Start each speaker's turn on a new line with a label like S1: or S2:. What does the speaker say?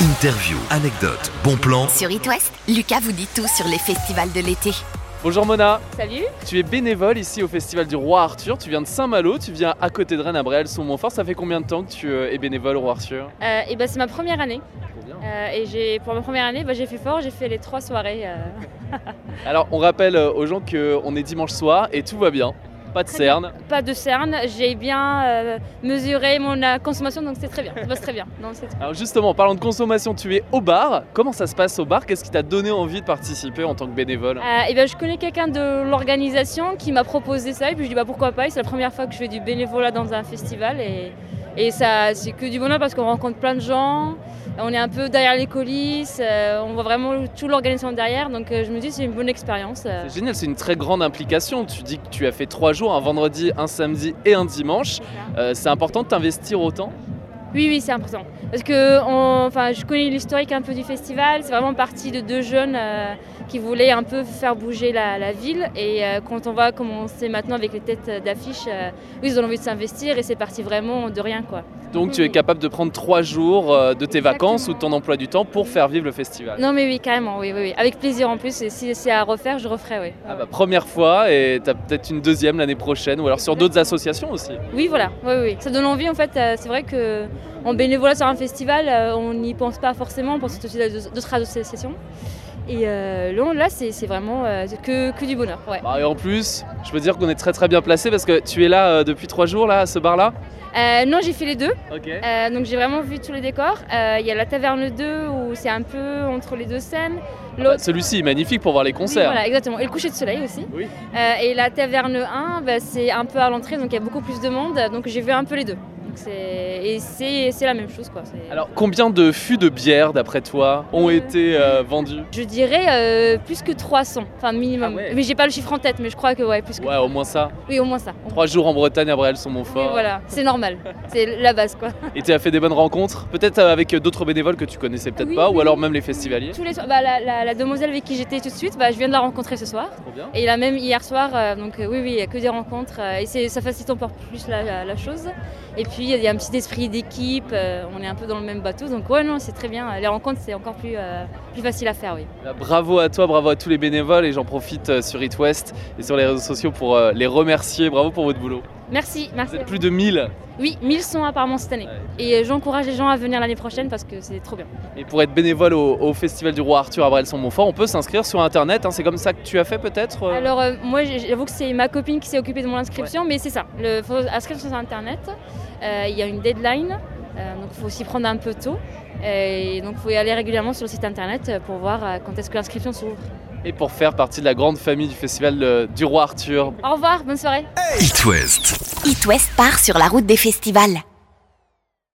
S1: Interview, anecdotes, bons plans.
S2: Sur It West, Lucas vous dit tout sur les festivals de l'été.
S3: Bonjour Mona,
S4: Salut
S3: tu es bénévole ici au Festival du Roi Arthur, tu viens de Saint-Malo, tu viens à côté de Rennes à Bréal sous Montfort, ça fait combien de temps que tu euh, es bénévole au Roi Arthur
S4: Euh, Et ben c'est ma première année. Euh, et j'ai pour ma première année, bah, j'ai fait fort, j'ai fait les trois soirées. euh.
S3: Alors on rappelle euh, aux gens qu'on est dimanche soir et tout va bien, pas de
S4: Très
S3: cerne.
S4: Pas de cerne, j'ai bien euh, mesuré mon euh, consommation, donc c'est très bien. Ça passe très bien. Non, c'est-
S3: Alors justement, parlant de consommation, tu es au bar, comment ça se passe au bar Qu'est-ce qui t'a donné envie de participer en tant que bénévole
S4: Euh, et ben je connais quelqu'un de l'organisation qui m'a proposé ça et puis je dis bah pourquoi pas. Et C'est la première fois que je fais du bénévolat dans un festival et, et ça c'est que du bonheur parce qu'on rencontre plein de gens. On est un peu derrière les coulisses, euh, on voit vraiment tout l'organisation derrière, donc euh, je me dis c'est une bonne expérience. euh.
S3: C'est génial, c'est une très grande implication. Tu dis que tu as fait trois jours, un vendredi, un samedi et un dimanche. Euh, c'est important de t'investir autant.
S4: Oui, oui, c'est important. Parce que on- enfin, je connais l'historique un peu du festival. C'est vraiment parti de deux jeunes euh, qui voulaient un peu faire bouger la, la ville. Et euh, quand on voit comment c'est maintenant avec les têtes d'affiche, euh, oui, ils ont envie de s'investir et c'est parti vraiment de rien. quoi.
S3: Donc tu es capable de prendre trois jours euh, de tes vacances ou de ton emploi du temps pour faire vivre le festival.
S4: Non, mais oui, carrément, oui, oui, oui. Avec plaisir en plus. Et si c'est à refaire, je referai, oui.
S3: Ah bah, première fois et t'as peut-être une deuxième l'année prochaine ou alors sur d'autres associations aussi.
S4: Oui, voilà, oui, oui. Ça donne envie en fait. euh, c'est vrai que en bénévolat sur un festival, euh, on n'y pense pas forcément, on pense aussi à d'autres associations. Et euh, non, là, c'est c'est vraiment euh, que, que du bonheur. Ouais.
S3: Bah, et en plus, je peux dire qu'on est très très bien placé parce que tu es là euh, depuis trois jours là à ce bar là.
S4: Euh, non, j'ai fait les deux.
S3: Ok. Ah
S4: Euh, donc j'ai vraiment vu tous les décors. Euh, Il y a la taverne 2 où c'est un peu entre les deux scènes.
S3: Ah
S4: L'autre.
S3: bah, Celui-ci est magnifique pour voir les
S4: Oui,
S3: concerts.
S4: voilà, exactement. Et le coucher de soleil aussi.
S3: Oui.
S4: Euh, et la taverne 1, bah, c'est un peu à l'entrée, donc il y a beaucoup plus de monde. Donc j'ai vu un peu les deux. Donc, c'est- et c'est c'est la même chose. Quoi. C'est-
S3: Alors combien de fûts de bière d'après toi ont
S4: Euh.
S3: été euh, vendus
S4: Je dirais euh, plus que 300, enfin minimum.
S3: Ah ouais.
S4: Mais j'ai pas le chiffre en tête, mais je crois que ouais, plus que.
S3: Ouais, au moins ça.
S4: Oui, au moins ça.
S3: Trois jours en Bretagne à Bréal sur
S4: Oui,
S3: Montfort.
S4: voilà, c'est normal. c'est la base quoi.
S3: Et tu as fait des bonnes rencontres, peut-être euh, avec d'autres bénévoles que tu connaissais peut-être
S4: Oui,
S3: pas, ou
S4: oui,
S3: alors
S4: oui.
S3: même les festivaliers.
S4: Tous les soirs, bah, la, la- la demoiselle avec qui j'étais tout de suite, bah, je viens de la rencontrer ce soir.
S3: Trop bien.
S4: Et la même hier soir, euh, donc euh, oui, oui, il y a que des rencontres euh, et c'est- ça facilite encore plus la, la- la chose. Et puis il y a- il y a un petit esprit d'équipe, euh, on est un peu dans le même bateau, donc ouais, non, c'est très bien. Les rencontres, c'est encore plus, euh, plus facile à faire, oui.
S3: Bah, Bravo à toi, bravo à tous les bénévoles et j'en profite euh, sur It West et sur les réseaux sociaux pour euh, les remercier. Bravo pour votre boulot.
S4: Merci,
S3: Vous
S4: merci.
S3: êtes plus de 1000
S4: Oui, 1000 sons apparemment cette année. Et euh, j'encourage les gens à venir l'année prochaine parce que c'est trop bien.
S3: et pour être bénévole au, au Festival du Roi Arthur à Bréal-sur-Montfort, on peut s'inscrire sur internet. hein. C'est comme ça que tu as fait peut-être euh
S4: Alors euh, moi j'ai- j'avoue que c'est ma copine qui s'est occupée de mon inscription, mais c'est ça. Il faut inscrire sur internet, Euh, il y a une deadline, euh, donc il faut s'y prendre un peu tôt. Et donc il faut y aller régulièrement sur le site internet euh, pour voir euh, quand est-ce que l'inscription s'ouvre.
S3: Et pour faire partie de la grande famille du Festival euh, du Roi Arthur,
S4: Au revoir, bonne soirée
S1: It West.
S2: It West part sur la route des festivals.